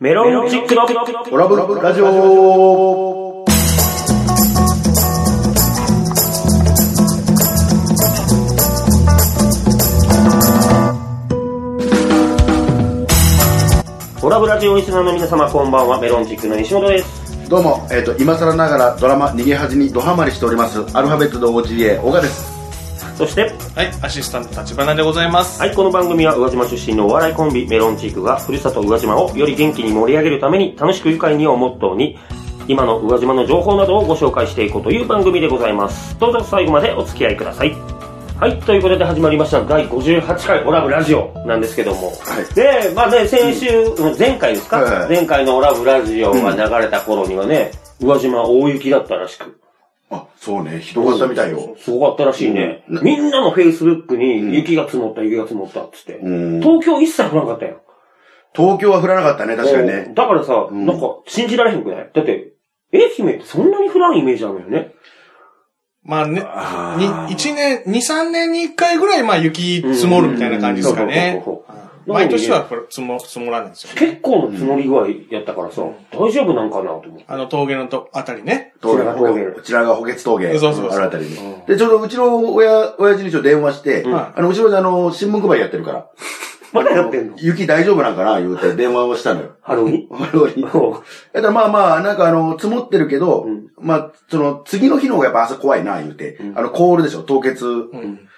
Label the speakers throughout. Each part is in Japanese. Speaker 1: メロンチックの
Speaker 2: オラブラジオ
Speaker 1: オラブラジオリスナーの皆様こんばんはメロンチックの西本です
Speaker 2: どうも、えっ、と、今更ながらドラマ逃げ恥にドハマりしております、アルファベットの OGA、オガです。
Speaker 1: そして
Speaker 3: はい、アシスタント立花でございます。
Speaker 1: はいこの番組は宇和島出身のお笑いコンビメロンチックがふるさと宇和島をより元気に盛り上げるために楽しく愉快にをモットーに今の宇和島の情報などをご紹介していこうという番組でございますどうぞ最後までお付き合いくださいはいということで始まりました第58回オラブラジオなんですけども、
Speaker 2: はい
Speaker 1: でまあね先週、前回ですか、
Speaker 2: はい
Speaker 1: 前回のオラブラジオが流れた頃にはね、宇和島大雪だったらしく
Speaker 2: あ、そうね、人がったみたいよ。
Speaker 1: すごかったらしいね。
Speaker 2: うん
Speaker 1: みんなのフェイスブックに雪が積もった、雪が積もったっつって。
Speaker 2: うん。
Speaker 1: 東京一切降らなかったよ。
Speaker 2: 東京は降らなかったね、確かに
Speaker 1: も
Speaker 2: ね
Speaker 1: う。だからさ、
Speaker 2: うん
Speaker 1: なんか信じられへんくないだって、愛媛ってそんなに降らんイメージあるのよね。
Speaker 3: まあね、
Speaker 2: あー
Speaker 3: に一年、二三年に一回ぐらい、まあ雪積もるみたいな感じですかね
Speaker 1: うんそうそ。
Speaker 3: うん毎年はこれ積も、積もらないんですよね。
Speaker 1: 結構の積もり具合やったからさ、大丈夫なんかなと思って。
Speaker 3: あの峠のと、あたりね。
Speaker 2: 峠の
Speaker 1: 峠
Speaker 2: うちらが補欠峠。
Speaker 3: そうそうそう
Speaker 2: あるあたりね。で、ちょうどうちの親、親父にちょっと電話して、
Speaker 3: ん
Speaker 2: あの、うちの、あの、新聞配りやってるから、
Speaker 1: まだやってんの
Speaker 2: 雪大丈夫なんかな言うて電話をしたの よ。
Speaker 1: ハロウィン
Speaker 2: 我々に
Speaker 1: うん
Speaker 2: だからまあまあ、なんかあの、積もってるけど、
Speaker 1: ん
Speaker 2: まあ、その、次の日の方がやっぱ朝怖いな、言うて。あの、凍るでしょ、凍結。
Speaker 3: ん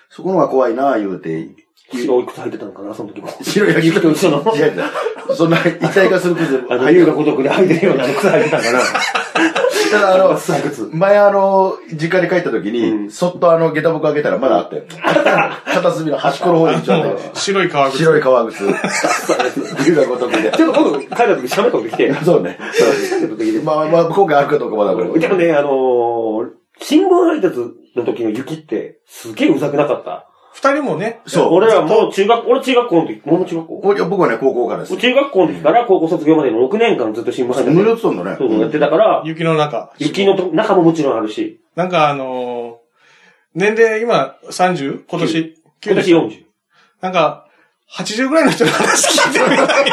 Speaker 2: そこの方が怖いな、言うて。
Speaker 1: 白い靴履いてたのかな、その時も。
Speaker 2: 白い焼き
Speaker 1: 人々の
Speaker 2: いやいや そんな、一体化する靴。
Speaker 1: あの、優雅ごとくで履いてるような靴履いてたのかな。
Speaker 2: ただあの、
Speaker 1: 白い靴
Speaker 2: 前あの、実家に帰った時に、
Speaker 1: うん
Speaker 2: そっとあの、下駄箱開けたらまだあったよ。片隅の端っこの方に行っちゃっ
Speaker 3: も
Speaker 2: た
Speaker 3: う
Speaker 2: よ
Speaker 3: 白い革靴。
Speaker 2: 白い 革靴。優雅ごとくで。
Speaker 1: ちょっと僕、帰った時喋ったこときて。
Speaker 2: そうね。まあまあ、今回あるかどうかまだこれ。
Speaker 1: でもね、あのー、新聞配達の時の雪って、すげえうざくなかった。
Speaker 3: 二人もね、
Speaker 2: そう。
Speaker 1: 俺らもう中学、俺中学校の時、もう中学校
Speaker 2: 俺僕はね、高校からです。
Speaker 1: 中学校の時から高校卒業までの6年間ずっと新聞配達
Speaker 2: 無料ってたんだね。
Speaker 1: そうそうやってたから、
Speaker 3: 雪の中。
Speaker 1: 雪のと中ももちろんあるし、
Speaker 3: なんかあのー年齢今 30? 今年
Speaker 1: 今年
Speaker 3: 9
Speaker 1: 40。
Speaker 3: なんか、80ぐらいの人の話聞いてみたい。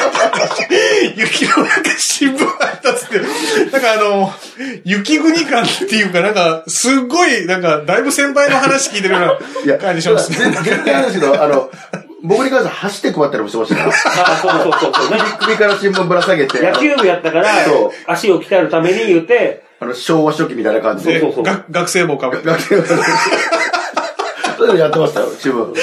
Speaker 3: 雪の中新聞配達って、なんかあの、雪国感っていうか、なんか、すっごい、なんか、だいぶ先輩の話聞いてるよう
Speaker 2: いや、
Speaker 3: な感じしますね。
Speaker 2: 全然なんですけど、あの、 僕に関しては走って配ったりもしてましたから。
Speaker 1: ああ、そうそうそうそう。なんか
Speaker 2: 首から新聞ぶら下げ て、
Speaker 1: 野球部やったから
Speaker 2: そう、
Speaker 1: 足を鍛えるために言って、
Speaker 2: あの、昭和初期みたいな感じ
Speaker 3: で
Speaker 2: で。
Speaker 1: そうそう
Speaker 3: が学生帽かぶって。
Speaker 2: 学生の時そういうのやってましたよ、新聞。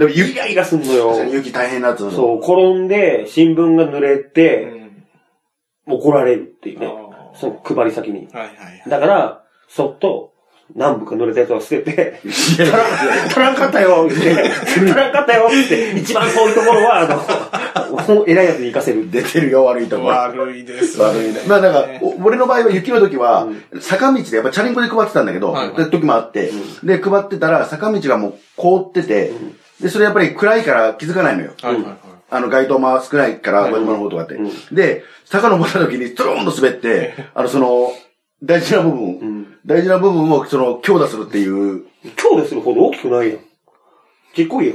Speaker 2: でも、
Speaker 1: イ
Speaker 2: 雪、
Speaker 1: ライラすんのよ。
Speaker 2: 雪大変なやつ。う。
Speaker 1: そう、転んで、新聞が濡れ
Speaker 3: う
Speaker 1: て、
Speaker 3: ん
Speaker 1: 怒られるっていうね
Speaker 3: あ。ー
Speaker 1: その配り先に。
Speaker 3: はいはい。
Speaker 1: だから、そっと、南部か乗れたやつは捨てて、
Speaker 2: いやいやいや
Speaker 1: 足らんかったよって、足らんかったよって、一番遠いところは、あの、その偉いやつに行かせる。
Speaker 2: 出てるよ、悪いとこ。悪
Speaker 3: 悪いで
Speaker 2: い
Speaker 3: す。
Speaker 2: ね。まあなんか、お俺の場合は雪の時は、坂道でやっぱチャリンコで配ってたんだけど、
Speaker 3: はいはい
Speaker 2: で時もあって、で、配ってたら坂道がもう凍ってて、で、それやっぱり暗いから気づかないのよ。
Speaker 3: はいはいはい。
Speaker 2: あの、街灯も少ないから、小島の方とかって。で、坂登った時に、トローンと滑って、あの、その、大事な部分、大事な部分を、その、強打するっていう、
Speaker 1: 今日でするほど大きくないやん。ちっこいよ。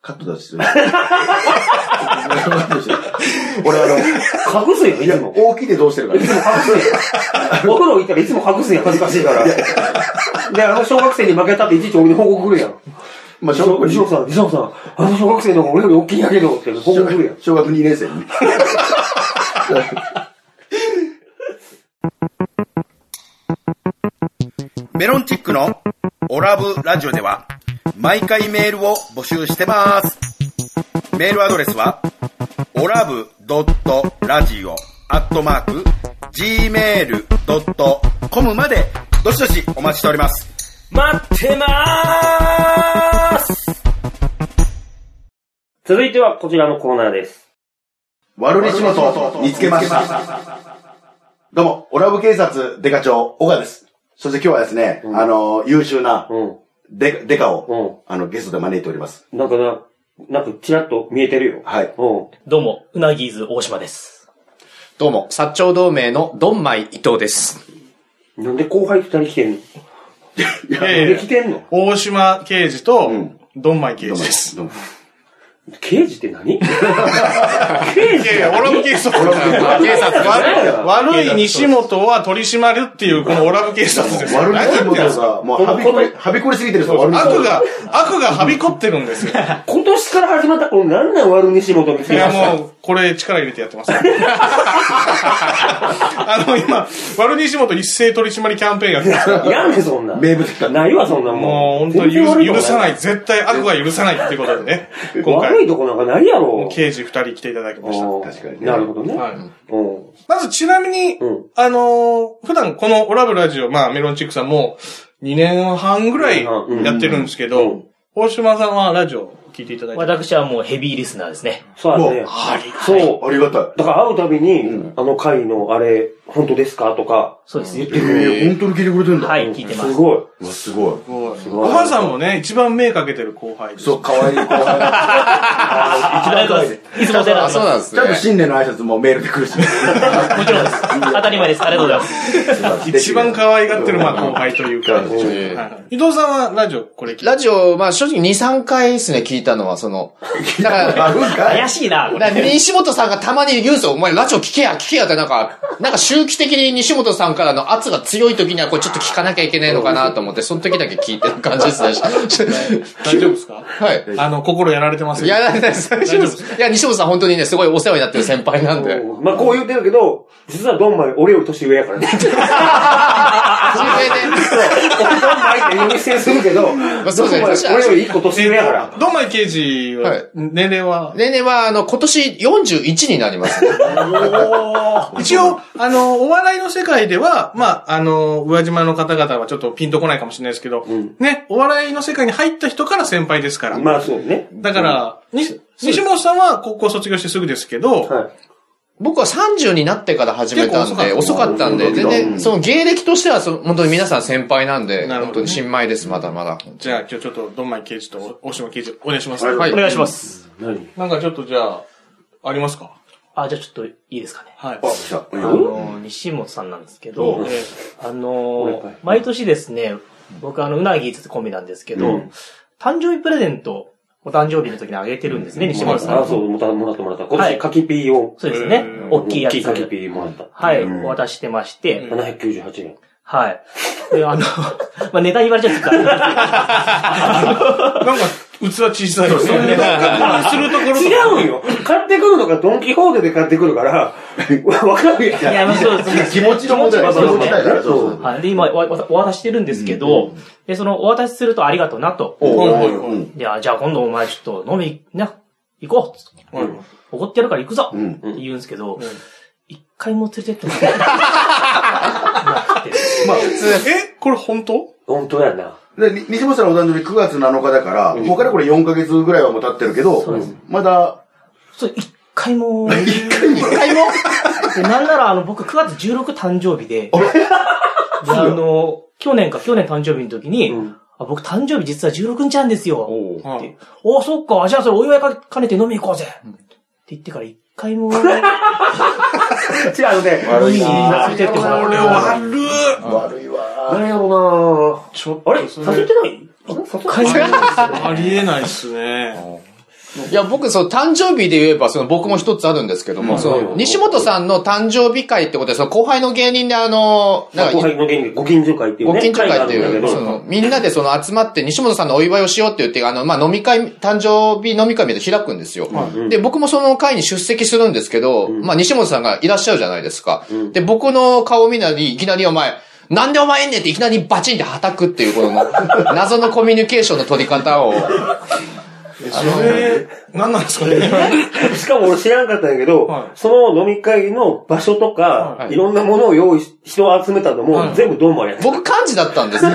Speaker 2: カットだし。 俺、あの、
Speaker 1: 隠すよ、い
Speaker 2: いや
Speaker 1: つ、も。
Speaker 2: 大きいでどうしてるか
Speaker 1: いつも隠すやん。お風呂行ったらいつも隠すやん、恥ずかしいから。で、あの小学生に負けたっていちいち俺に報告来るやん。
Speaker 2: まあ、
Speaker 1: 西
Speaker 2: 小学校
Speaker 1: 本
Speaker 2: に
Speaker 1: さん、西本さん、あの小学生の方が俺より大きいんやけどって報告来るやん。
Speaker 2: 小学2年生に。メロンチックのオラブラジオでは毎回メールを募集してます。メールアドレスはオラブドットラジオアットマーク gmail.com までどしどしお待ちしております。
Speaker 1: 待ってまーす続いてはこちらのコーナーです。
Speaker 2: 悪にしもと見つけました。どうも、オラブ警察デカ長、オガです。そして今日はですね、あの、優秀な
Speaker 1: うん。
Speaker 2: デデカを
Speaker 1: う、
Speaker 2: あの、ゲストで招いております。
Speaker 1: なんかな、なんかちらっと見えてるよ。
Speaker 2: はい。
Speaker 1: うん。
Speaker 4: どうも、うなぎーず大島です。
Speaker 5: どうも、薩長同盟のドンマイ伊藤です。
Speaker 1: なんで後輩二人来てんの
Speaker 3: いや
Speaker 1: なん
Speaker 3: い
Speaker 1: で
Speaker 3: や
Speaker 1: 来てんの
Speaker 3: 大島刑事と
Speaker 2: ん、
Speaker 3: ドンマイ刑
Speaker 2: どう
Speaker 3: 事
Speaker 2: も
Speaker 3: です。
Speaker 2: どうも
Speaker 1: 刑事って何刑事
Speaker 3: やいや、オラブ警察だから。
Speaker 6: 警察
Speaker 3: 悪い悪い西本は取り締まるっていう、このオラブ警察ですよ。
Speaker 2: 悪い仕事
Speaker 3: 悪
Speaker 2: が、もう、はびこり、はびこりすぎてる人悪い仕事
Speaker 3: が、悪がはびこってるんですよ。
Speaker 1: 今年から始まった、このなんなん悪西本につ
Speaker 3: い
Speaker 1: い
Speaker 3: や、
Speaker 1: ました。
Speaker 3: もう、これ力入れてやってます。 あの、今、悪西本一斉取り締まりキャンペーンやってますから。
Speaker 1: いらんねんそんな。
Speaker 2: 名物だ
Speaker 1: ないわ、そんな
Speaker 3: も
Speaker 1: も
Speaker 3: う、
Speaker 1: ん。
Speaker 3: 本当に
Speaker 1: 全然悪
Speaker 3: 許
Speaker 1: とこ
Speaker 3: 許さない。
Speaker 1: い。
Speaker 3: 絶対悪は許さないっていうことでね。今
Speaker 1: 悪
Speaker 3: 回、
Speaker 1: いとこなんかないやろ。
Speaker 3: 刑事二人来ていただきました。
Speaker 1: 確かに。なるほどね。
Speaker 3: はい
Speaker 1: うん。
Speaker 3: まずちなみに、
Speaker 1: うん
Speaker 3: あのー普段このオラブラジオ、まあメロンチックさんも2年半ぐらいやってるんですけど、大島さんはラジオ聞いていただいて。
Speaker 7: 私はもうヘビーリスナーですね。
Speaker 1: そうだね。そう。
Speaker 2: ありがたい。
Speaker 1: だから会うたびに、あの回のあれ、本当ですかとか、
Speaker 7: そうです
Speaker 1: 言っ
Speaker 7: ね。
Speaker 1: てくれる。
Speaker 2: えー、本当に聞いてくれてんだ。
Speaker 7: はい、聞いてますす。
Speaker 1: ごい。
Speaker 2: うわ、すごい。
Speaker 3: おばさんもね、一番目かけてる後輩です。
Speaker 2: そう、可愛い子が。
Speaker 7: ありがとうございます。いつもお世話にな
Speaker 6: あ、
Speaker 7: って
Speaker 6: そう
Speaker 7: ま
Speaker 6: なんです
Speaker 2: ちゃんと
Speaker 6: ね。
Speaker 2: 新年の挨拶もメールで来る し。
Speaker 7: す。もちろんです。当たり前です。ありがとうございます。
Speaker 3: 一番可愛がってる、まあ後輩というか。
Speaker 2: うん
Speaker 3: はい
Speaker 6: えー
Speaker 3: 伊藤さんはラジオこれ聞いて
Speaker 6: ラジオ、まあ正直2、3回ですね、聞いたのは、その、だから、
Speaker 2: あるんかい
Speaker 7: 怪しいな、これ。
Speaker 6: だから西本さんがたまに言うんですよ。お前ラジオ聞けや、聞けやって、なんか、なんか周期的に西本さんからの圧が強い時には、これちょっと聞かなきゃいけないのかなと思って、その時だけ聞いてる感じですね。
Speaker 3: 大丈夫ですか
Speaker 6: はい。
Speaker 3: あの、心やられてます
Speaker 6: いや、られないです。大丈夫ですいや、西本さん本当にね、すごいお世話になってる先輩なんで。
Speaker 1: うんまあこう言ってるけど、実はドンマイ、俺より年上や からね。
Speaker 6: 初めで。
Speaker 1: 俺ドンマイって言う店するけど、ドンマ
Speaker 6: あそうですね
Speaker 1: イ俺より一個年上やから。
Speaker 3: ドンマイ刑事
Speaker 6: は、
Speaker 3: はい年齢は、
Speaker 6: 年齢は、あの、今年41になります、ね。
Speaker 3: 一応、あの、お笑いの世界では、まあ、あの、宇和島の方々はちょっとピンとこないかもしれないですけど、ね、お笑いの世界に入った人から先輩ですから。
Speaker 1: まあそうね。
Speaker 3: だから、に西本さんは高校卒業してすぐですけど、
Speaker 1: はい。
Speaker 6: 僕は30になってから始めたんで、
Speaker 3: 結
Speaker 6: 遅かったんで、全
Speaker 2: うん
Speaker 6: 然、その芸歴としては、その本当に皆さん先輩なんで、
Speaker 3: なるほ
Speaker 6: 本
Speaker 3: ど
Speaker 6: 当
Speaker 3: ね
Speaker 6: に新米です、まだまだ。
Speaker 3: じゃあ今日ちょっとドンマイ刑事と大島刑事お願いします。
Speaker 6: はい
Speaker 7: お願いします。
Speaker 1: 何
Speaker 3: なんかちょっとじゃあ、ありますか
Speaker 7: あ、じゃあちょっといいですかね。
Speaker 3: はい
Speaker 2: あ、。来た。
Speaker 7: あの、西本さんなんですけど、
Speaker 3: え
Speaker 7: あの、毎年ですね、僕あの、うなぎいつつコンビなんですけ
Speaker 2: う
Speaker 7: ど
Speaker 2: ん、
Speaker 7: 誕生日プレゼントをお誕生日の時にあげてるんですね、西本さ
Speaker 1: あ、
Speaker 7: ん。
Speaker 1: そう、もらったもらった。今
Speaker 7: は
Speaker 1: 年、
Speaker 7: い
Speaker 1: 柿ピーを。
Speaker 7: そうですね
Speaker 3: うん。
Speaker 7: 大きいやつ。
Speaker 1: 柿ピーもらった。
Speaker 7: はい、
Speaker 2: うん
Speaker 7: お渡ししてまして、
Speaker 3: うん
Speaker 1: 798円。
Speaker 7: はい。で、あの、 まあ、ネタ言われちゃ ったから。
Speaker 3: ーなんか、器小さいですね。するところとか
Speaker 1: 違うんよ買ってくるのがドンキホーテで買ってくるから、わかる
Speaker 7: い
Speaker 1: やん。
Speaker 7: や、まあそうです。
Speaker 2: 気持ちの問題だ
Speaker 7: 気持ちの問題
Speaker 2: だから。
Speaker 1: そう
Speaker 7: はい。で、今、わわお渡ししてるんですけど、で、その、お渡しするとありがとうなと。
Speaker 2: お
Speaker 3: はいは
Speaker 2: お
Speaker 3: いはい
Speaker 2: うん
Speaker 7: で、あじゃあ今度お前ちょっと飲み、な、行こうつって。
Speaker 3: はい
Speaker 7: 怒ってやるから行くぞっ
Speaker 2: ん
Speaker 7: て言うんですけど
Speaker 3: ん、
Speaker 7: 一回も連れてってもらえない。
Speaker 3: え、これ本当
Speaker 1: 本当やな。
Speaker 2: で、に西本さんのお誕生日9月7日だから、もうかれこれ4ヶ月ぐらいはもう経ってるけど、まだ、
Speaker 7: そう、一回も。
Speaker 2: 一回も、
Speaker 7: 回もで、なんなら、あの、僕9月16誕生日で、であの、去年か去年誕生日の時に、
Speaker 1: うん
Speaker 7: あ僕誕生日実は16日なんですよ。
Speaker 3: は
Speaker 7: って
Speaker 3: い
Speaker 7: おお、そっか、じゃあそれお祝いか兼ねて飲み行こうぜ、って言ってから一回も、い
Speaker 1: 違うね。
Speaker 2: 悪い
Speaker 7: い
Speaker 2: な
Speaker 7: 連れてってもら
Speaker 3: これ
Speaker 7: っ
Speaker 3: 悪い。
Speaker 2: 悪いわ。
Speaker 1: 何やろ
Speaker 3: ちょっ
Speaker 1: うなあれ
Speaker 3: そ
Speaker 1: 誘ってない
Speaker 7: て一回も
Speaker 3: ありえないっすね。
Speaker 6: いや、僕、その誕生日で言えば、その僕も一つあるんですけども、その、西本さんの誕生日会ってことで、その後輩の芸人であの、なん
Speaker 1: 後
Speaker 6: か、
Speaker 1: 輩の芸人、ご近所会っていうね。
Speaker 6: ご近所会っ
Speaker 1: 会
Speaker 6: て
Speaker 1: がある
Speaker 6: い
Speaker 1: ん
Speaker 6: う、
Speaker 1: だけど
Speaker 6: その、みんなでその集まって、西本さんのお祝いをしようって言って、あの、まあ、飲み会、誕生日飲み会みたいなの開くんですよ。で、僕もその会に出席するんですけど、まあ、西本さんがいらっしゃるじゃないですか。で、僕の顔を見なり、いきなりお前、なんでお前えんねんっていきなりバチンって叩くっていう、この、謎のコミュニケーションの取り方を。
Speaker 3: それ、何なんですかね。
Speaker 1: しかも俺知らんかったんやけど、
Speaker 3: はい
Speaker 1: その飲み会の場所とか、、
Speaker 3: はい
Speaker 1: ろんなものを用意し、人を集めたのも、
Speaker 3: はい
Speaker 1: 全部ドンマイやった。
Speaker 6: 僕漢字だったんですよ。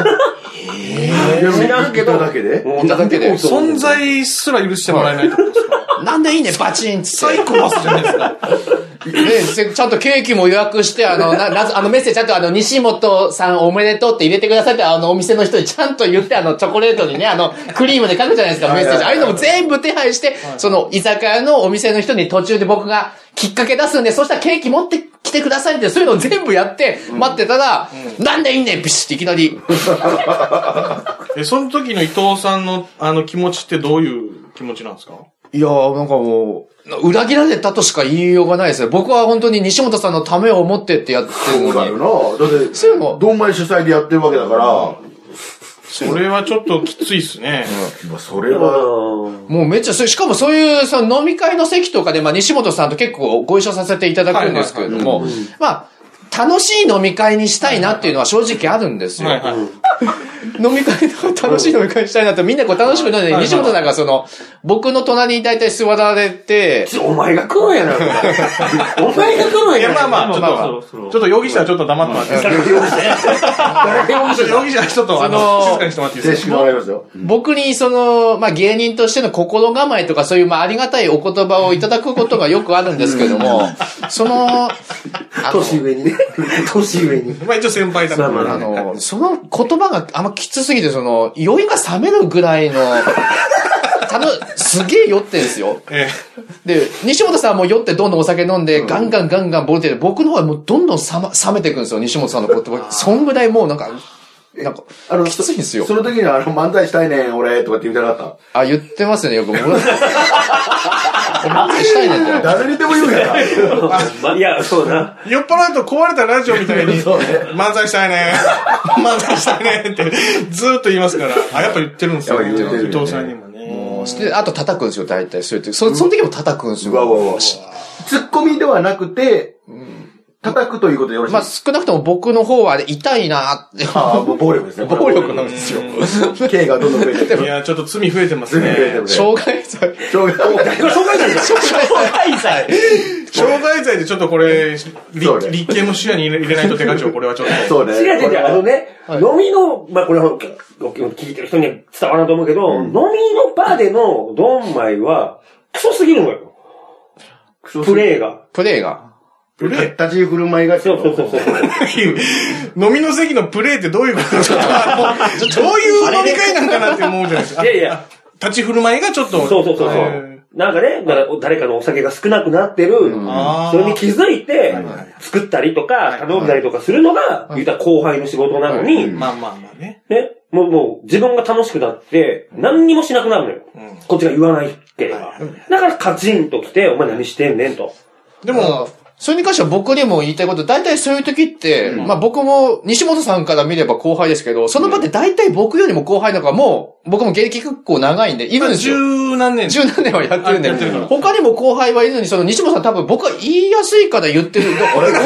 Speaker 1: 知らんけど
Speaker 2: 言っただけで
Speaker 1: もうなんでこういう人
Speaker 3: 存在すら許してもらえないってことですか
Speaker 6: なんでいいね、バチンっつっ
Speaker 3: サイコパスじゃないですか。
Speaker 6: て。でせちゃんとケーキも予約して、あの、な、なずあのメッセージちゃんとあの、西本さんおめでとうって入れてくださいって、あの、お店の人にちゃんと言って、あの、チョコレートにね、あの、クリームで書くじゃないですか、メッセージ。ああいうのも全部手配して、その、居酒屋のお店の人に途中で僕がきっかけ出すんで、そしたらケーキ持ってきてくださいって、そういうのを全部やって、待ってたら、なんでいいね、ビシっていきなり。
Speaker 3: え、その時の伊藤さんの、あの、気持ちってどういう気持ちなんですか
Speaker 6: いやー、なんかもう、裏切られたとしか言いようがないですね。僕は本当に西本さんのためを思ってってやってる
Speaker 2: そう
Speaker 6: の
Speaker 2: だ
Speaker 6: に。
Speaker 2: よな。だって、
Speaker 6: そういうの
Speaker 2: ドンマイ主催でやってるわけだから、
Speaker 3: それはちょっときついっすね。
Speaker 2: まあそれは、
Speaker 6: もうめっちゃ、そしかもそういう、その飲み会の席とかで、まあ西本さんと結構ご一緒させていただくんですけれども、まあ、楽しい飲み会にしたいなっていうのは正直あるんですよ。
Speaker 3: はいはい。
Speaker 6: 飲み会とか楽しい飲み会したいなってみんなこう楽しくないのに、西本さんがその、僕の隣に大体座られて、
Speaker 1: お前が来るんやな。 お前が来るん
Speaker 3: い
Speaker 1: や
Speaker 3: や、
Speaker 1: な。
Speaker 3: まあまあ、ちょっ
Speaker 7: まあまあそろそ
Speaker 3: と、
Speaker 7: ろ
Speaker 3: ちょっと容疑者はちょっと黙ってもらっていいですか。ちょっと容疑者はちょっと、あの、
Speaker 6: その
Speaker 3: 静かにしてもらっていいで
Speaker 2: 正
Speaker 3: す
Speaker 2: 式に習いますよ。
Speaker 6: 僕にその、まあ芸人としての心構えとかそういう、まあありがたいお言葉をいただくことがよくあるんですけれ ども、その、あの
Speaker 8: 年上にね。年上に。
Speaker 3: かまあ一応先輩だから。
Speaker 6: あの、その言葉があんまきつすぎて、その、酔いが冷めるぐらいの、 たぶすげえ酔ってんですよ。
Speaker 3: え
Speaker 6: で、西本さんも酔ってどんどんお酒飲んで、ガンガンガンガンボルテで、僕の方はもうどんどん冷,、ま、冷めていくんですよ、西本さんの言葉。そんぐらいもうなんか、なんか、
Speaker 2: あの、
Speaker 6: きついんですよ
Speaker 2: そ。の時にあの、漫才したいねん、俺、とかって言いたかった。
Speaker 6: あ、言ってますね、よく。僕 俺マジでしたいねんって。
Speaker 2: 誰にでも言うやん。
Speaker 1: まあいや、そうな。
Speaker 3: え酔っ払うと壊れたラジオみたいに、漫才したいね。漫才したいねって、ずーっと言いますから。あ、やっぱ言ってるんですよ。
Speaker 2: やっぱ言ってる
Speaker 3: 伊藤さんにもね。
Speaker 6: で、あと叩くんですよ、大体。そういう時そその時も叩くんですよ。
Speaker 2: うわうわうわ。ツッコミではなくて、叩くということでよろしい
Speaker 6: ま
Speaker 2: で
Speaker 6: あ
Speaker 2: す
Speaker 6: 少なくとも僕の方は痛いなって。
Speaker 2: か、ああ、もう暴力ですね。
Speaker 6: 暴力なんですよ。
Speaker 2: 刑がどんどん増えてる。
Speaker 3: いや、ちょっと罪増えてます
Speaker 2: 全部増えて
Speaker 3: ね
Speaker 2: る。ね。
Speaker 6: 障害罪。
Speaker 2: 障害
Speaker 1: これ、紹介なんです
Speaker 3: 傷害罪でちょっとこれ、立
Speaker 2: そうね
Speaker 3: 立憲も視野に入れ入れないと手がちを、これはちょ っと。
Speaker 2: そうね。
Speaker 1: 違う違う違う、あのね、
Speaker 6: はい
Speaker 1: 飲みの、まあこれは聞いてる人には伝わらないと思うけど、飲みの場でのドンマイは、クソすぎるのよ。プレイが。
Speaker 6: プレイが。
Speaker 3: プレイ
Speaker 2: 立ち振る舞いが。
Speaker 1: そうそうそうそう。
Speaker 3: 飲みの席のプレイってどういうことですかもうどういう飲み会なんかなって思うじゃないですか。
Speaker 1: いやいや、
Speaker 3: 立ち振る舞いがちょっと。
Speaker 1: そうそうそうそう
Speaker 3: え
Speaker 1: なんかね、だからお誰かのお酒が少なくなってる、
Speaker 3: あ
Speaker 1: そ
Speaker 3: ー
Speaker 1: れに気づいて、作ったりとか、頼んだりとかするのが、言ったら後輩の仕事なのに、
Speaker 3: ーまあまあまあね。
Speaker 1: ね、もう、もう、自分が楽しくなって、何にもしなくなるのよ。こっちが言わないければ。だから、カチンと来て、お前何してんねんと。
Speaker 6: でも、それに関しては僕にも言いたいこと、大体そういう時って、まあ僕も、西本さんから見れば後輩ですけど、その場で大体僕よりも後輩の方がもう、僕も芸歴結構長いんで、いるんですよ。
Speaker 3: 十何年。
Speaker 6: 十何年はやってるんで
Speaker 3: あやってるから、
Speaker 6: 他にも後輩はいるのに、その西本さん多分僕は言いやすいから言 ってる。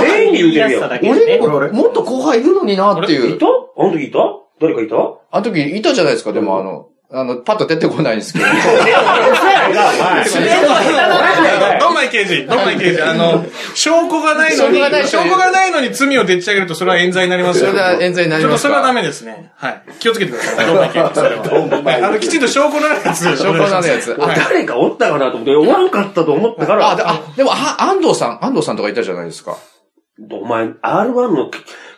Speaker 1: 全員に言うてるよ。
Speaker 7: だ
Speaker 1: い
Speaker 7: けで
Speaker 6: 俺
Speaker 7: ね
Speaker 6: にももっと後輩いるのになっていう
Speaker 1: た。あの時いた誰かいた
Speaker 6: あの時いたじゃないですか、でもあの、あの、パッと出てこないんですけど。
Speaker 3: どんまい刑事、どんまい刑事、あの、 証拠がないの
Speaker 6: 証拠がない
Speaker 3: に、証拠がないのに罪をでっち上げるとそれは冤罪になります
Speaker 6: そ
Speaker 3: よ。
Speaker 6: れでは冤罪にな
Speaker 3: ち
Speaker 6: り
Speaker 3: ょっ
Speaker 6: ま
Speaker 3: と
Speaker 6: す
Speaker 3: そ
Speaker 6: か
Speaker 3: れはダメですね。はい。気をつけてください。どんまい刑事、それは。あの、きちんと証拠のあるやつ。証
Speaker 6: 証拠のあるやつ
Speaker 3: はい
Speaker 1: 誰かおったかなと思って、おらんかったと思ったか
Speaker 6: あ、で
Speaker 1: ら、
Speaker 6: あでも、あ、安藤さん、安藤さんとかいたじゃないですか。
Speaker 1: お前、R1 の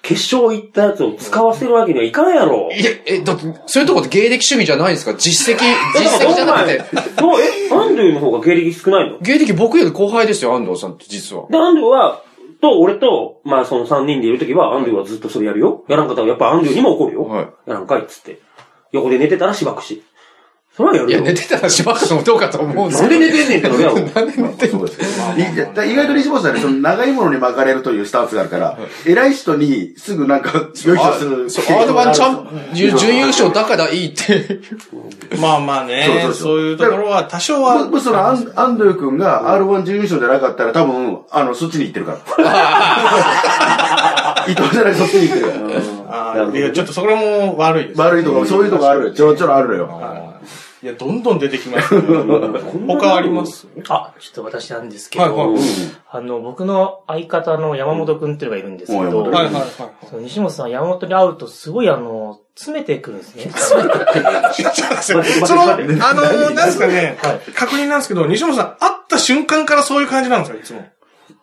Speaker 1: 決勝行ったやつを使わせるわけにはいかんやろ。
Speaker 6: いや、え、だそういうとこって芸歴趣味じゃ ないんですか実績、実績じゃなくて。
Speaker 1: どうえ、アンドゥの方が芸歴少ないの
Speaker 6: 芸歴僕より後輩ですよ、安藤さんって実は。
Speaker 1: で、アンドゥは、と、俺と、まあその3人でいるときは、アンドゥはずっとそれやるよ。やらんかったら、やっぱアンドゥにも怒るよ。
Speaker 6: はい
Speaker 1: やらんかいっつって。横で寝てたらしばくし。それはやる
Speaker 6: い
Speaker 1: よ。
Speaker 6: や、寝てたらしばくのもどうかと思うんです
Speaker 1: なん
Speaker 6: け
Speaker 1: で
Speaker 6: ど。
Speaker 1: 寝てんねんって俺は思う。
Speaker 2: そうですいやだから意外と西本さんね、その長いものに巻かれるというスタンスがあるから、偉い人にすぐなんか、よいしょする。
Speaker 6: そう R1 チャン、準準優勝だからいいって。
Speaker 3: まあま
Speaker 2: そ
Speaker 3: あ
Speaker 2: うそう
Speaker 3: ね
Speaker 2: そ、う
Speaker 3: そういうところは多少は
Speaker 2: もも。しそのアンアンドゥ君が R1 準優勝じゃなかったら多分、あの、そっちに行ってる から。伊藤じゃなくてそっちに行ってるから。
Speaker 3: あーいや、ちょっとそれも悪いです。
Speaker 2: 悪いとか、そういうとこある。ちょろちょろあるのよ。
Speaker 3: いや、どんどん出てきますね。他あります
Speaker 7: あ、ちょっと私なんですけ
Speaker 3: はいはい
Speaker 7: ど、あの、僕の相方の山本くんっていうのがいるんですけ
Speaker 2: うんお
Speaker 7: ど
Speaker 2: う、
Speaker 3: はいはいはい。
Speaker 7: その西本さん、山本に会うと、すごいあの、詰めてくるんですね。
Speaker 3: その、あのー、なんですかね
Speaker 7: はい、
Speaker 3: 確認なんですけど、西本さん、会った瞬間からそういう感じなんですか、いつも。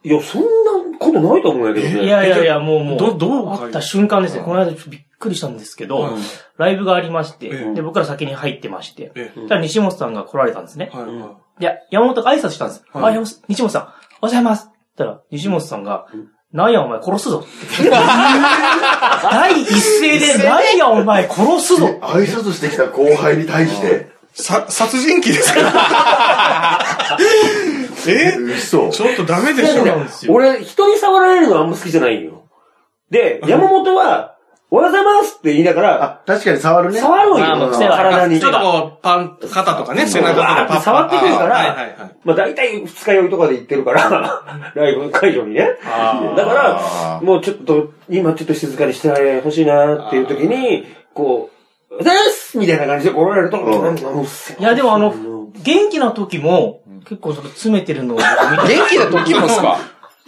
Speaker 1: いや、そんなことないと思うんやけどね。
Speaker 7: いやいやいや、もうもう、
Speaker 3: どどう
Speaker 7: 会った瞬間ですね。この間ちょっとびっくりしたんですけど、ライブがありまして、
Speaker 3: ええ
Speaker 7: で、僕ら先に入ってまして、
Speaker 3: ええ
Speaker 7: そしたら西本さんが来られたんですね。
Speaker 3: はいはい。
Speaker 7: いや、山本が挨拶したんです。あ、山本、西本さん、おはようございます。って言ったら、西本さんが、なんやお前殺すぞ。第一声で、なんやお前殺すぞ。
Speaker 2: 挨拶してきた後輩に対して、
Speaker 3: さ、殺人鬼ですかえ
Speaker 2: 嘘。
Speaker 3: ちょっとダメでし
Speaker 7: そ
Speaker 3: ょ
Speaker 7: う。なんですよ。
Speaker 1: 俺、人に触られるのはあんま好きじゃないよ。で、山本は、おはようございますって言いながら、
Speaker 2: あ、確かに触るね。
Speaker 1: 触るん
Speaker 7: まあま
Speaker 1: よ、
Speaker 7: あ癖はある
Speaker 1: 体に。
Speaker 3: ちょっとこう、パン、肩とかね、背中とかパッ
Speaker 1: 触ってくるから
Speaker 3: はいはいはい。
Speaker 1: まあ大体二日酔いとかで行ってるから、ライブ会場にね。
Speaker 3: あ
Speaker 1: だから、もうちょっと、今ちょっと静かにしてほしいなっていう時に、こう、うざいますみたいな感じで来られると、
Speaker 2: うん
Speaker 1: なんかもうっせ
Speaker 7: いや、でもあの、元気な時も、結構その詰めてるのを僕見て、
Speaker 6: 元気な時もですか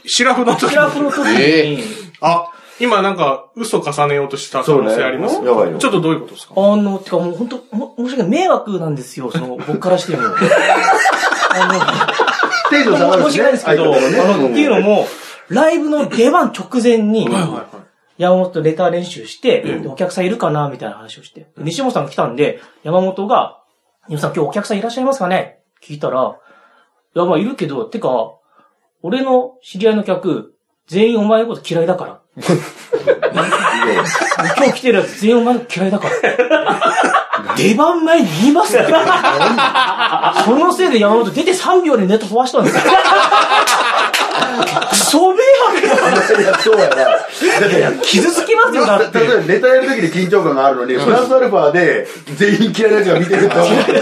Speaker 3: シラフの時
Speaker 7: シラフの時
Speaker 6: え
Speaker 7: に、
Speaker 3: あ、今なんか嘘重ねようとした可能性あります
Speaker 2: そうねやばいよ
Speaker 3: ちょっとどういうことですか
Speaker 7: あの、てかもう本当も、申し訳ない。迷惑なんですよ、その、僕からしても。あ
Speaker 2: テンショ
Speaker 7: の、
Speaker 2: ン下がる
Speaker 7: 申
Speaker 2: し
Speaker 7: し
Speaker 2: ね。
Speaker 7: 訳ないですけど、
Speaker 2: 相
Speaker 7: あ
Speaker 2: 方も
Speaker 7: の、っていうのも、ライブの出番直前に、山本とレター練習して、でお客さんいるかなみたいな話をして。西本さんが来たんで、山本が、西本さん今日お客さんいらっしゃいますかね聞いたら、いや、まあいるけど、てか、俺の知り合いの客、全員お前のこと嫌いだから。今日来てるやつ全員お前の嫌いだから。出番前に言いますよ。そのせいで山本出て3秒でネット壊したんですよ。クソ迷惑だ
Speaker 2: そうやな。だって
Speaker 7: 傷つきますよ、だって。
Speaker 2: 例えばネタやるときに緊張感があるのに、プラスアルファで全員嫌いなやつが見てると思って。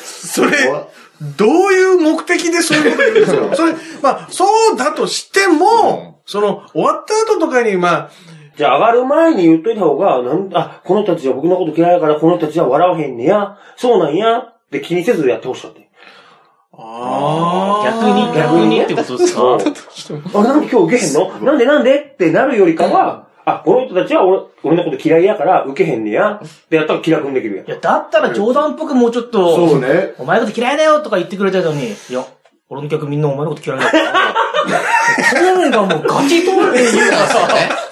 Speaker 3: それ、どういう目的でそういうこと言うんですかそれ、まあ、そうだとしても、その、終わった後とかに、まあ、
Speaker 1: じゃあ上がる前に言っといた方が、なんあ、この人たちは僕のこと嫌いだから、この人たちは笑わへんねや、そうなんや、って気にせずやってほしかった。
Speaker 3: あ
Speaker 7: 逆に、逆にってことですか
Speaker 1: あれなんで今日受けへんのなんでなんでってなるよりかは、あ、この人たちは俺俺のこと嫌いやから受けへんねや。ってやったら気楽にできるやん
Speaker 7: い。や、だったら冗談っぽくもうちょっと、
Speaker 2: そうね。
Speaker 7: お前のこと嫌いだよとか言ってくれたのに、いや、俺の客みんなお前のこと嫌いだから。そういうのがもうガチ通るで言うからさ。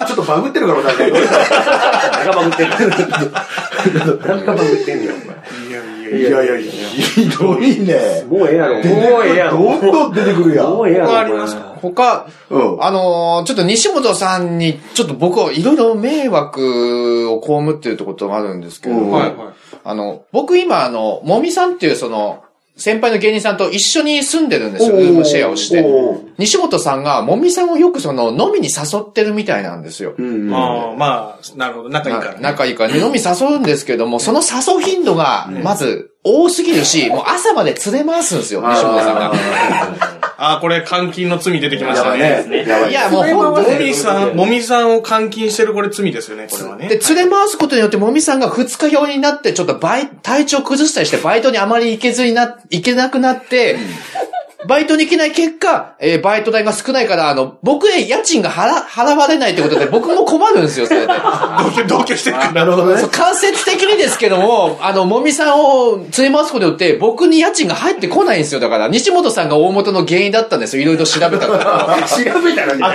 Speaker 2: ちょっとバグってるから、なんか。
Speaker 1: 誰がバグってんの誰がバグってんねや、お
Speaker 2: いやいやいや、ひどいね。
Speaker 1: 前。もうええやろ。もうええやろ。
Speaker 2: どんどん出てくるやん。
Speaker 1: もうええやろ。
Speaker 3: 他ありますか
Speaker 6: 他、
Speaker 2: うん
Speaker 6: あのーちょっと西本さんに、ちょっと僕はいろいろ迷惑を被ってるってことがあるんですけど、
Speaker 2: うん
Speaker 3: はいはい。
Speaker 6: あの、僕今、あの、もみさんっていうその、先輩の芸人さんと一緒に住んでるんですよ、ルームシェアをして。
Speaker 2: おー
Speaker 6: 西本さんが、もみさんをよくその、飲みに誘ってるみたいなんですよ。
Speaker 2: うんうん。
Speaker 3: ああ、まあ、なるほど。仲いいからね。
Speaker 6: 仲いいから、ね、飲み誘うんですけども、その誘う頻度が、まず、多すぎるし、もう朝まで連れ回すんですよ、西本さんが。
Speaker 3: ああ、これ、監禁の罪出てきまし
Speaker 2: や
Speaker 3: た
Speaker 2: ばい
Speaker 3: ね。
Speaker 2: ね。やばい
Speaker 6: いや、もう本当に
Speaker 3: もみさん、もみさんを監禁してる、これ罪ですよね、これはね。
Speaker 6: で、連れ回すことによって、もみさんが二日酔いになって、ちょっとバイ、体調崩したりして、バイトにあまり行けずにな、行けなくなって、バイトに行けない結果、えーバイト代が少ないから、あの、僕へ家賃が払、払われないってことで、僕も困るんですよ、それで。
Speaker 3: 同居、同居してるから。
Speaker 2: なるほどね
Speaker 6: そう。間接的にですけども、あの、もみさんを連れ回すことによって、僕に家賃が入ってこないんですよ、だから。西本さんが大元の原因だったんですよ、いろいろ調べ たから。
Speaker 2: 調べたらね。
Speaker 6: な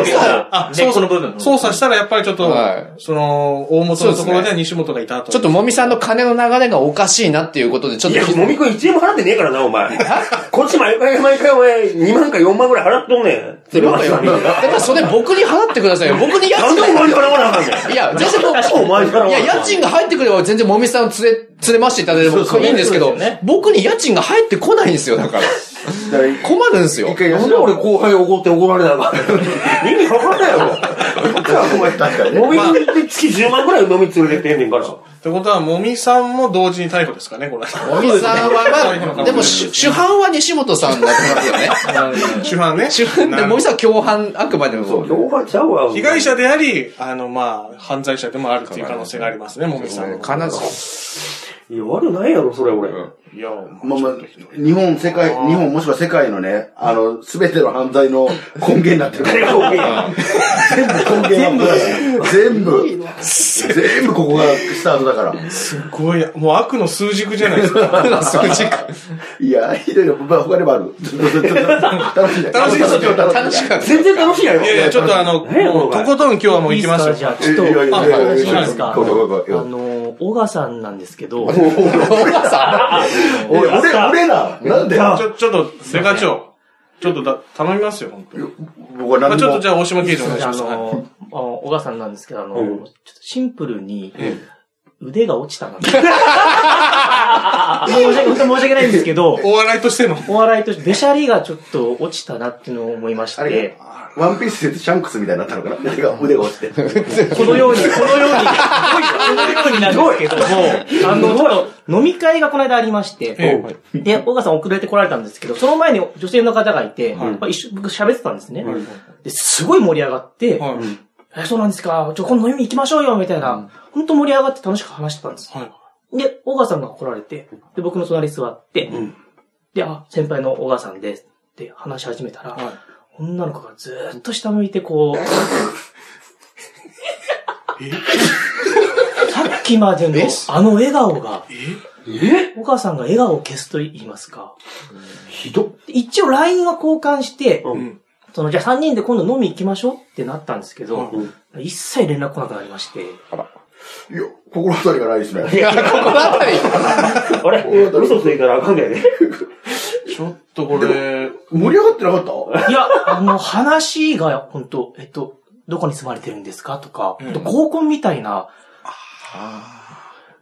Speaker 6: んか、
Speaker 3: あ、そ
Speaker 7: 根っ
Speaker 3: う
Speaker 7: この部分
Speaker 3: 操作したらやっぱりちょっと、
Speaker 6: はい
Speaker 3: その、大元のところでは西本がいたと。
Speaker 6: ちょっともみさんの金の流れがおかしいなっていうことで、ちょっ
Speaker 1: い
Speaker 6: と
Speaker 1: や、もみくん1円も払ってねえからな、お前。こっち毎回毎回お前、2万か4万ぐらい払っとんねん。それはなんで
Speaker 6: だからそれ僕に払ってくださいよ。僕に家
Speaker 1: お
Speaker 6: 賃が
Speaker 1: 前に払わなあかんねん。
Speaker 6: いや、全然も
Speaker 1: 確かにお前から
Speaker 6: う、いや、家賃が入ってくれば全然もみさんを連れ、連れましていただいてもいいんですけ
Speaker 7: そ
Speaker 6: ど
Speaker 7: うですよね、
Speaker 6: 僕に家賃が入ってこないんですよ、だから。困るんですよ
Speaker 2: 一。回や
Speaker 1: なん
Speaker 2: し
Speaker 1: で
Speaker 2: ろ。
Speaker 1: 俺後輩怒って怒られなあかんねん。意味わかんない
Speaker 2: 僕は困ったんだ
Speaker 1: やろ。
Speaker 2: ね。
Speaker 1: もみくんって月10万ぐらい飲み連れてってんねんから。
Speaker 3: ってことは、もみさんも同時に逮捕ですかね、これ。
Speaker 6: もみさんは、まあ、でも主、主犯は西本さんだと思いますよね。
Speaker 3: 主犯ね。
Speaker 6: 主犯で、もみさんは共犯、あくまでも。
Speaker 1: 後輩ちゃうわ。
Speaker 3: 被害者であり、あの、まあ、犯罪者でもあるっていう可能性がありますね、もみさんの。
Speaker 6: 必ず。
Speaker 1: いや、悪ないやろ、それ俺。
Speaker 3: いや、
Speaker 2: まあまあ、日本、世界、日本もしくは世界のね、あの、すべての犯罪の根源になってるから。全部根源は全部。全部ここがスタートだから。
Speaker 3: すごい、もう悪の数軸じゃないですか。
Speaker 2: いや、ひどいよ。まあ他にもある。楽しいね。
Speaker 3: 楽しいですよ
Speaker 2: 楽しい。
Speaker 1: 全然楽しいやろ
Speaker 3: い。やいや、ちょっとあの、
Speaker 1: 何やこ
Speaker 3: も
Speaker 1: の
Speaker 3: う、
Speaker 1: 場合
Speaker 3: とことん今日はもう行きましょ
Speaker 7: いいです
Speaker 3: う。
Speaker 7: かじゃあ、ちょっと、
Speaker 2: いやいやいやいや
Speaker 7: いいですか
Speaker 2: こうこうこうこう
Speaker 7: あの、小川さんなんですけど、
Speaker 2: おい俺、俺ら、なんで
Speaker 3: ちょ、ちょっと、デカ長。ちょっとだ、頼みますよ、本当に。
Speaker 2: 僕は
Speaker 3: まあ
Speaker 2: 何
Speaker 3: ちょっと
Speaker 2: も
Speaker 3: じ。ゃあ、大島刑事お願いし
Speaker 7: あ
Speaker 3: ます。はい
Speaker 7: の、あの小川さんなんですけど、あの、ちょっとシンプルに、腕が落ちたな。申し訳、本当申し訳ないんですけど、
Speaker 3: お笑いとしての。
Speaker 7: お笑いとして、べしゃりがちょっと落ちたなっていうのを思いまし
Speaker 2: あれ
Speaker 7: て、
Speaker 2: ワンピースでシャンクスみたいになったのかな腕が、腕が落ちて。
Speaker 7: このように、このように、このようになんですけども、あの、ちょっと飲み会がこの間ありまして、 で、岡さん遅れて来られたんですけど、その前に女性の方がいて、まあ一緒僕喋ってたんですね。ですごい盛り上がって、
Speaker 3: はい。
Speaker 7: え、そうなんですか。ちょ、今度飲み行きましょうよ、みたいな。ほんと盛り上がって楽しく話してたんです。
Speaker 3: はい
Speaker 7: で、小川さんが来られて、で、僕の隣に座って、で、あ、先輩の小川さんです。って話し始めたら、女の子がずーっと下向い てこう、さっきまでのあの笑顔が、え小川さんが笑顔を消すと言いますか。
Speaker 2: ひどっ。
Speaker 7: 一応 LINE は交換して、
Speaker 3: ん
Speaker 7: その、じゃあ3人で今度飲み行きましょうってなったんですけど、一切連絡来なくなりまして、
Speaker 2: いや、心当たりがないですね。
Speaker 6: や、ここあたり。
Speaker 1: あれ嘘ついたらあかんだよね。
Speaker 3: ちょっとこれ、
Speaker 2: 盛り上がってなかった
Speaker 7: いや、 あの、話が、本当えっと、どこに住まれてるんですかとか、ほんと合コンみたいな、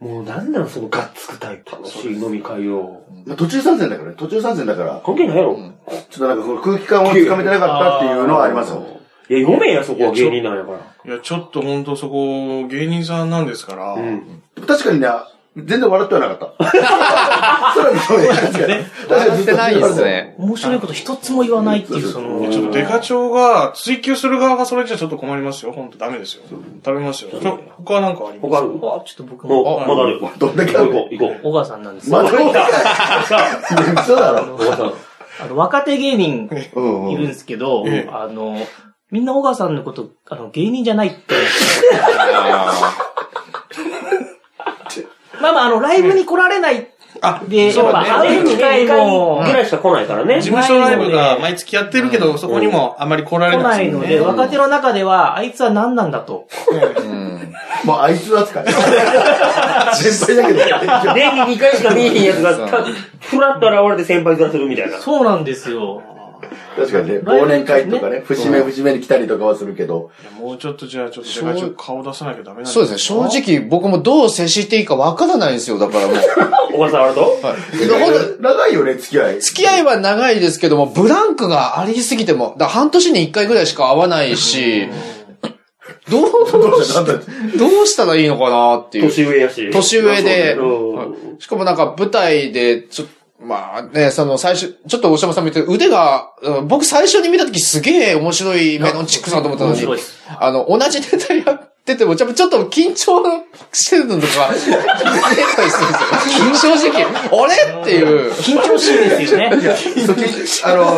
Speaker 1: もうなんなんそのガッツくタイプ。楽しい飲み会を。
Speaker 2: まあ途中参戦だからね、途中参戦だから、
Speaker 1: 関係ないやろ。
Speaker 2: ちょっとなんかその空気感をつかめてなかったっていうのはありますよ。
Speaker 1: いや、読めや、そこは芸人なんやから。
Speaker 3: いや、ちょっとほんとそこ、芸人さんなんですから。
Speaker 1: うん。
Speaker 2: 確かにね、全然笑ってはなかった。それはそうね確かに。確かに
Speaker 6: 笑
Speaker 2: ず
Speaker 6: っ
Speaker 2: っと
Speaker 6: てないです。ね。
Speaker 7: 面白いこと一つも言わないっていう、その、
Speaker 3: ちょっとデカ長が、追求する側がそれじゃちょっと困りますよ。ほんとダメですよ。食べますよ。ちょ他なんかあります
Speaker 1: 他ある
Speaker 7: あちょっと僕も、
Speaker 1: お、まだある。
Speaker 2: どんだけあ
Speaker 1: 行
Speaker 2: る
Speaker 1: こう、行こう。
Speaker 7: 小川さんなんです
Speaker 2: ま
Speaker 7: よ。
Speaker 2: た俺か。嘘だ
Speaker 1: 小
Speaker 2: ろ。
Speaker 1: 川さん。
Speaker 7: あの、若手芸人
Speaker 2: うん
Speaker 7: いるんですけど、
Speaker 3: ええ
Speaker 7: あの、みんな小川さんのこと、あの、芸人じゃないって。まあまあ、あの、ライブに来られない。
Speaker 3: あ
Speaker 7: で、やっぱ会う機会も
Speaker 1: ぐらいしか来ないからね。
Speaker 3: 事務所ライブが毎月やってるけど、そこにもあんまり来られ
Speaker 7: 来
Speaker 3: な
Speaker 7: ない
Speaker 3: で
Speaker 7: い
Speaker 3: すよ
Speaker 7: の
Speaker 3: ね
Speaker 7: で、若手の中では、あいつは何なんだと。
Speaker 2: もうあいつ扱い。先輩だけど。
Speaker 1: 年に2回しか見えへんやつが、たふらっと現れて先輩面するみたいな。
Speaker 7: そうなんですよ。
Speaker 2: 確かにね、忘年会とかね、節目節目に来たりとかはするけど、
Speaker 3: いやもうちょっとじゃあ、ちょっとデカ長顔出さなきゃダメなん
Speaker 6: そうですね。正直、僕もどう接していいかわからないんですよ。だからもう。
Speaker 1: 小川さん、あれと
Speaker 6: ほんと
Speaker 2: 長いよね、付き合い。
Speaker 6: 付き合いは長いですけども、ブランクがありすぎても、だから半年に一回ぐらいしか会わないし、どう、
Speaker 2: どうしたなんだ
Speaker 6: どうしたらいいのかなっていう。
Speaker 1: 年上やし。
Speaker 6: 年上で、
Speaker 1: うん
Speaker 6: はいしかもなんか舞台で、ちょ、まあね、その最初、ちょっと大島さんも言ってる腕が、うん僕最初に見た時すげえ面白いメロンチックさんと思ったのに
Speaker 7: 面白いです、
Speaker 6: あの、同じネタやってても、ちょっと緊張してるのとか、見えたりするんですよ。正直、あれっていう。
Speaker 7: 緊張しいですよね。
Speaker 2: そっち あの、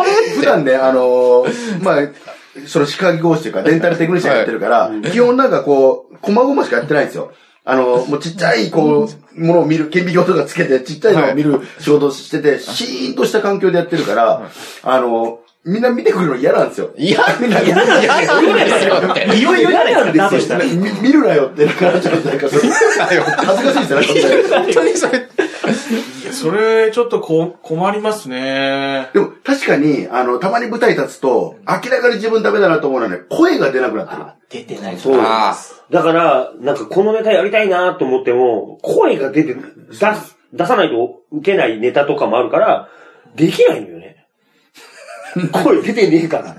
Speaker 6: あれ
Speaker 2: 普段ね、あの、まあ、その歯科技工士というか、デンタルテクニシャンやってるから、基本なんかこう、細々しかやってないんですよ。あの、もうちっちゃい、こう、ものを見る、顕微鏡とかつけて、ちっちゃいのを見る仕事をしてて、シーンとした環境でやってるから、あの、みんな見てくるの嫌なんですよ。
Speaker 6: 嫌なん
Speaker 2: みんな嫌なん
Speaker 6: 嫌なんですよって。
Speaker 7: いろいろ誰からだとしたら。
Speaker 2: 見見るなよってなっちゃうなんか、そう恥ずかしいですよねこんな
Speaker 6: 本当にそれ。
Speaker 3: いや、それ、ちょっとこ困りますね。
Speaker 2: でも確かに、あの、たまに舞台立つと、明らかに自分ダメだなと思うのはね、声が出なくなってる。
Speaker 7: 出てない。
Speaker 1: そう
Speaker 6: あ
Speaker 1: だから、なんかこのネタやりたいなと思っても、声が出て、出す、出さないと受けないネタとかもあるから、できないのよね。声出てねえから。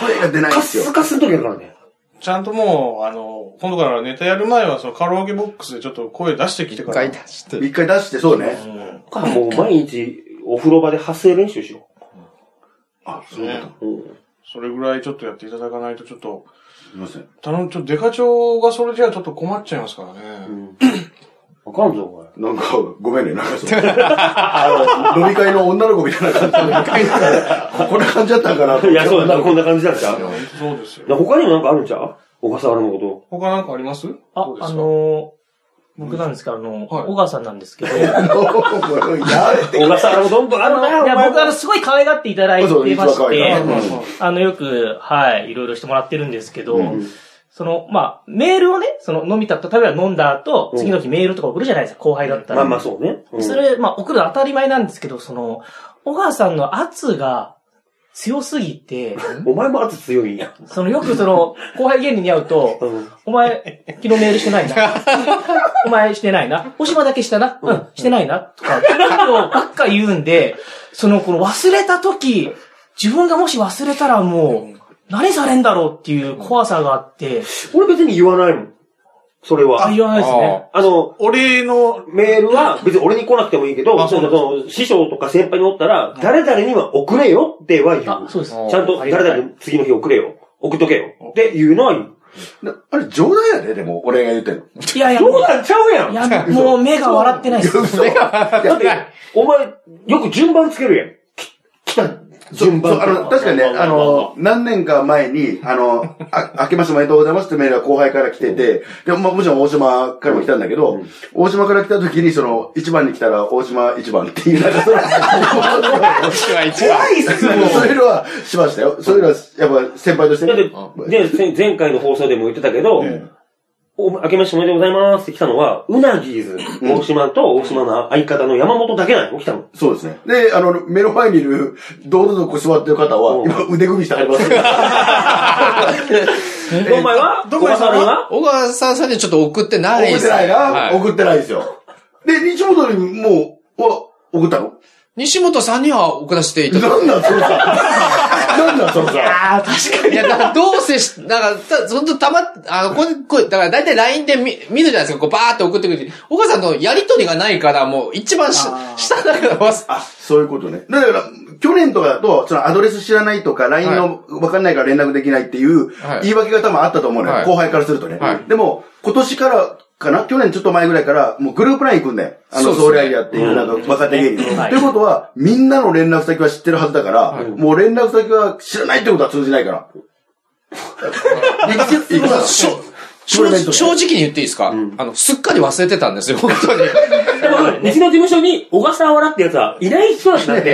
Speaker 2: 声が出ないん
Speaker 1: カ
Speaker 2: ですよ
Speaker 1: ス。カスの時あるからね。
Speaker 3: ちゃんともう、あの、今度からネタやる前は、そのカラオケボックスでちょっと声出してきてから。
Speaker 6: 買い出して。
Speaker 2: 一回出して、そうね。
Speaker 1: だからもう毎日お風呂場で発声練習しよ
Speaker 2: あ、そうだった。
Speaker 1: う。うん
Speaker 3: それぐらいちょっとやっていただかないと、ちょっと、
Speaker 2: すいません。
Speaker 3: 頼む、ちょっとデカ長がそれじゃちょっと困っちゃいますからね。
Speaker 1: わかんぞ、お前。
Speaker 2: なんか、ごめんね、なんかそう。あの飲み会の女の子みたいな感じ飲み会の中で。こんな感じだったんかなと思って。
Speaker 1: いや、そうだ、
Speaker 2: 女の
Speaker 1: こ
Speaker 2: 子
Speaker 1: んな感じだった。
Speaker 3: 本当そうですよ。
Speaker 1: 他にもなんかあるんちゃう小笠原のこ
Speaker 3: 他なんかあります
Speaker 7: あ
Speaker 3: どう、で
Speaker 7: あ
Speaker 3: すか
Speaker 7: のー、僕なんですけど、あの、
Speaker 3: はい
Speaker 7: 小川さんなんですけど、
Speaker 2: もうやめ
Speaker 1: と。
Speaker 2: て
Speaker 1: 小笠原もどんどんあるな、お
Speaker 7: いや、
Speaker 1: 前
Speaker 7: 僕、あの、すごい可愛がっていただいてま
Speaker 2: そう
Speaker 7: し
Speaker 2: いつも可愛い
Speaker 7: て
Speaker 2: か、
Speaker 7: あの、よく、はい、いろいろしてもらってるんですけど、
Speaker 1: ん
Speaker 7: その、まあ、メールをね、その、飲みたと、例えば飲んだ後、
Speaker 1: うん
Speaker 7: 次の日メールとか送るじゃないですか、後輩だった
Speaker 1: ま
Speaker 7: ら。
Speaker 1: あまあそうね。うん
Speaker 7: それ、まあ、送るの当たり前なんですけど、その、小川さんの圧が、強すぎて、
Speaker 1: お前も圧強いんや。
Speaker 7: そのよくその、後輩芸人に会うと、
Speaker 1: うん。
Speaker 7: お前、昨日メールしてないな。 お前してないな。おしまだけしたな。うん、してないな。とか、ことをばっか言うんで、その、この忘れた時、自分がもし忘れたらもう、何されんだろうっていう怖さがあって、
Speaker 1: 俺別に言わないもん。それは。
Speaker 7: あ、
Speaker 1: あ
Speaker 7: 言わないですね。
Speaker 1: の、
Speaker 3: 俺の、
Speaker 1: メールは別に俺に来なくてもいいけど、そのその師匠とか先輩におったら、誰々には送れよっては言
Speaker 7: あ
Speaker 1: う、。
Speaker 7: そうです。
Speaker 1: ちゃんと誰々に次の日送れよ。送っとけよ。っていうのは言う。
Speaker 2: なあれ冗談やで、でも、俺が言ってんの。
Speaker 7: いやいや、も
Speaker 1: 冗
Speaker 7: う
Speaker 1: 談ちゃうやん
Speaker 7: いやもう目が笑ってないです。
Speaker 1: だって、お前、よく順番つけるやん。き来た順
Speaker 2: そう
Speaker 1: 番
Speaker 2: あの、確かにね、あの、何年か前に、あ の、あ、明けましておめでとうございますってメールが後輩から来てて、でも、まあ、もちろん大島からも来たんだけど、大島から来た時に、その、一番に来たら大島一番っていう、なんか その、
Speaker 6: 私は一番。
Speaker 2: いっすよ。そういうのはしましたよ。そういうのは、やっぱ先輩としてね。
Speaker 1: だって、で、前前回の放送でも言ってたけど、お明けましておめでとうございますって来たのは、うなぎーず、大島と大島の相方の山本だけなの来たの。
Speaker 2: そうですね。で、あの、目の前にいる、堂々とこう座ってる方は、
Speaker 1: うん
Speaker 2: 今腕組みしてはります。
Speaker 1: でお前は
Speaker 3: どこに
Speaker 1: 小笠原は
Speaker 6: 小川さんさんにちょっと送ってない
Speaker 2: 送
Speaker 6: で
Speaker 2: っ
Speaker 6: す
Speaker 2: て ないな、
Speaker 6: はい
Speaker 2: 送ってないですよ。で、日本にもう、お送ったの
Speaker 6: 西本さんには送らせていただ
Speaker 2: なんなんそのさ。なんなんそのさ。
Speaker 7: ああ、確か
Speaker 6: いや、だからどうせし、なんか、た、ほんとたま、あの、これ、これ、だから大体 LINE で見、見るじゃないですか、こうバーって送ってくる。お母さんのやりとりがないから、もう一番し下だから、わす
Speaker 2: あ、そういうことね。だから、去年とかだと、そのアドレス知らないとか、LINE のわかんないから連絡できないっていう
Speaker 6: はい
Speaker 2: 言い訳が多分あったと思うのよ。
Speaker 6: はい
Speaker 2: 後輩からするとね。
Speaker 6: はい
Speaker 2: でも、今年から、かな去年ちょっと前ぐらいから、もうグループ LINE 行くんだよ。あの、
Speaker 6: そうですね
Speaker 2: ソールアイデアっていう、なんか、若手芸人の。
Speaker 7: はい
Speaker 2: ということは、みんなの連絡先は知ってるはずだから、もう連絡先は知らないってことは通じないから。 力説するな
Speaker 6: しょ
Speaker 2: これがいい
Speaker 6: 正
Speaker 2: と
Speaker 6: 正
Speaker 2: 思う
Speaker 6: 直に言っていいですか、あの、すっかり忘れてたんですよ、本当に。
Speaker 1: で も うちの事務所に小笠原ってやつはいない人なんだって。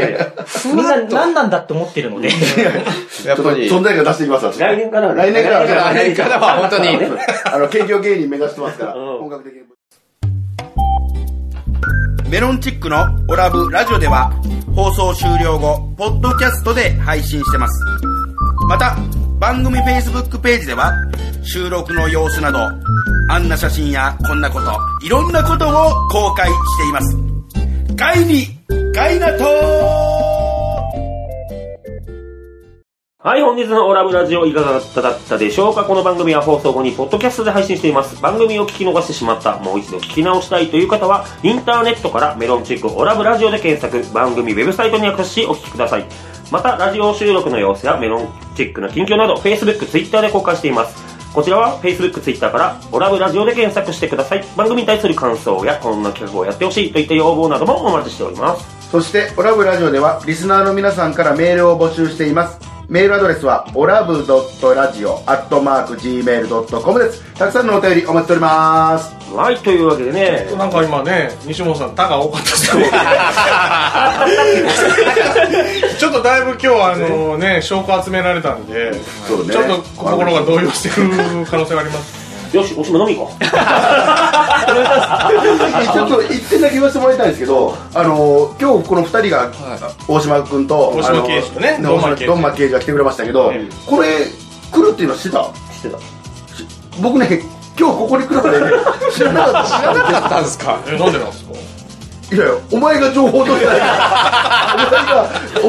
Speaker 7: に。みんな何なんだって思ってるので。
Speaker 6: やっ
Speaker 2: ちょっ
Speaker 6: ぱ
Speaker 2: と
Speaker 6: り。
Speaker 2: 存在感出していきますわ
Speaker 1: 来年からはね
Speaker 2: 来年からはね
Speaker 6: だからあれからは本当に。
Speaker 2: あの、兼業芸人目指してますから、
Speaker 1: うん
Speaker 2: 本格的に。
Speaker 9: メロンチックのオラブラジオでは放送終了後、ポッドキャストで配信してます。また、番組フェイスブックページでは収録の様子など、あんな写真やこんなこと、いろんなことを公開しています。ガイに、ガイナトー
Speaker 1: はい、本日のオラブラジオいかがだったでしょうかこの番組は放送後にポッドキャストで配信しています。番組を聞き逃してしまった、もう一度聞き直したいという方は、インターネットからメロンチックオラブラジオで検索、番組ウェブサイトにアクセスしお聞きください。また、ラジオ収録の様子やメロンチックの近況など、Facebook、Twitter で公開しています。こちらは Facebook、Twitter から、オラブラジオで検索してください。番組に対する感想や、こんな企画をやってほしいといった要望などもお待ちしております。
Speaker 2: そして、オラブラジオでは、リスナーの皆さんからメールを募集しています。メールアドレスは、オラブドットラジオアットマーク Gmail.com です。たくさんのお便りお待ちしております。
Speaker 1: はい、というわけでね、
Speaker 3: なんか今ね、西本さん、たが多かったです ね。ちょっとだいぶ今日はあのね、証拠集められたんで、
Speaker 2: そうね
Speaker 3: ちょっと心が動揺してる可能性があります。
Speaker 1: よし、おしま飲み行こう。
Speaker 2: ちょっと一点だけ言わせてもらいたいんですけど、あの今日この二人が、大島君と
Speaker 3: 大島刑事とね
Speaker 2: あの
Speaker 3: ドンマイ刑事
Speaker 2: ドンマイ刑事が来てくれましたけど、
Speaker 3: うん
Speaker 2: これ来るっていうのは知ってた？
Speaker 1: してた。
Speaker 2: 僕ね今日ここに来るまでね知らなかった。
Speaker 6: なかったんですか
Speaker 3: え、なんでなんですか
Speaker 2: いやいやお前が情報取ってないから お前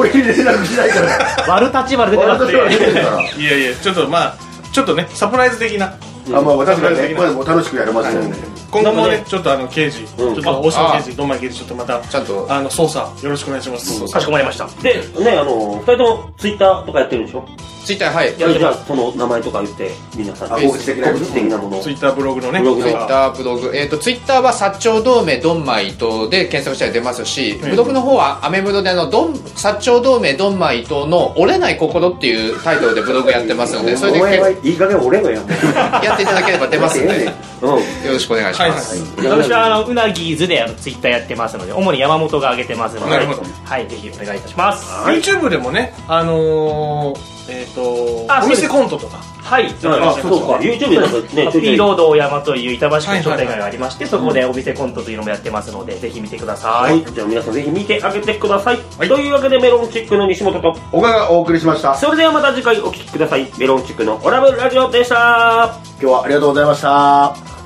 Speaker 2: が俺に連絡しないから
Speaker 7: 悪立ち悪出てなく
Speaker 2: 私
Speaker 7: て
Speaker 2: は出てるから。
Speaker 3: いやいや、ちょっとまあ、ちょっとね、サプライズ的な。
Speaker 2: あまあ確かにねこれも楽しくやれましたよね。
Speaker 3: 今後も
Speaker 1: なんか
Speaker 3: ね、ちょっとあの、刑事、ちょっと大島刑事、ドンマイ刑事、ちょっとまた、
Speaker 6: ちゃんと
Speaker 3: あの、捜査、よろしくお願いします。
Speaker 7: かしこまりました。
Speaker 1: で、ね、あの、二人ともツイッターとかやってるんでしょ
Speaker 6: ツイッター、はい。
Speaker 1: じゃあ、じゃあその名前とか言って、皆さん、
Speaker 2: あ
Speaker 1: 告
Speaker 2: 告知的なや
Speaker 1: 知的なものを
Speaker 3: ツ。イッターブログのね、
Speaker 1: ブログ
Speaker 6: ツイ
Speaker 1: で
Speaker 6: ッター、ブログ。えっ、と、ツイッターは、薩長同盟、ドンマイ党で検索したら出ますし、ブログの方は、アメブロで、あの、ドン、薩長同盟、ドンマイ党の、折れない心っていうタイトルでブログやってますので、それ
Speaker 1: お
Speaker 6: で
Speaker 1: 前は
Speaker 6: 検
Speaker 1: いい加減俺のやも
Speaker 6: 索やっていただければ出ますんで、よ
Speaker 1: う。
Speaker 6: ろしくお願いし
Speaker 3: はい
Speaker 6: ま
Speaker 3: は
Speaker 6: す。
Speaker 3: い。
Speaker 1: うん。
Speaker 7: 私はあのうなぎーずであのツイッターやってますので、主に山本が上げてますので、
Speaker 3: なるほど
Speaker 7: はい、ぜひお願いいたします。
Speaker 3: YouTube でもね、あのー、えっ、っと
Speaker 7: あ、
Speaker 3: お
Speaker 7: そうです
Speaker 3: 店コントとか。
Speaker 7: はい、
Speaker 1: あそうか、YouTube でなんかね、
Speaker 7: ハッピーロード大和という板橋
Speaker 3: は
Speaker 7: 区
Speaker 3: いはいはい
Speaker 7: 商店街がありまして、そこでお店コントというのもやってますので、ぜひ見てくださ。
Speaker 1: はいい、じゃあ皆さんぜひ見てあげてください。というわけでメロンチックの西本と、
Speaker 2: 岡がお送りしました。
Speaker 1: それではまた次回お聴きください。メロンチックのオラブラジオでした。
Speaker 2: 今日はありがとうございました。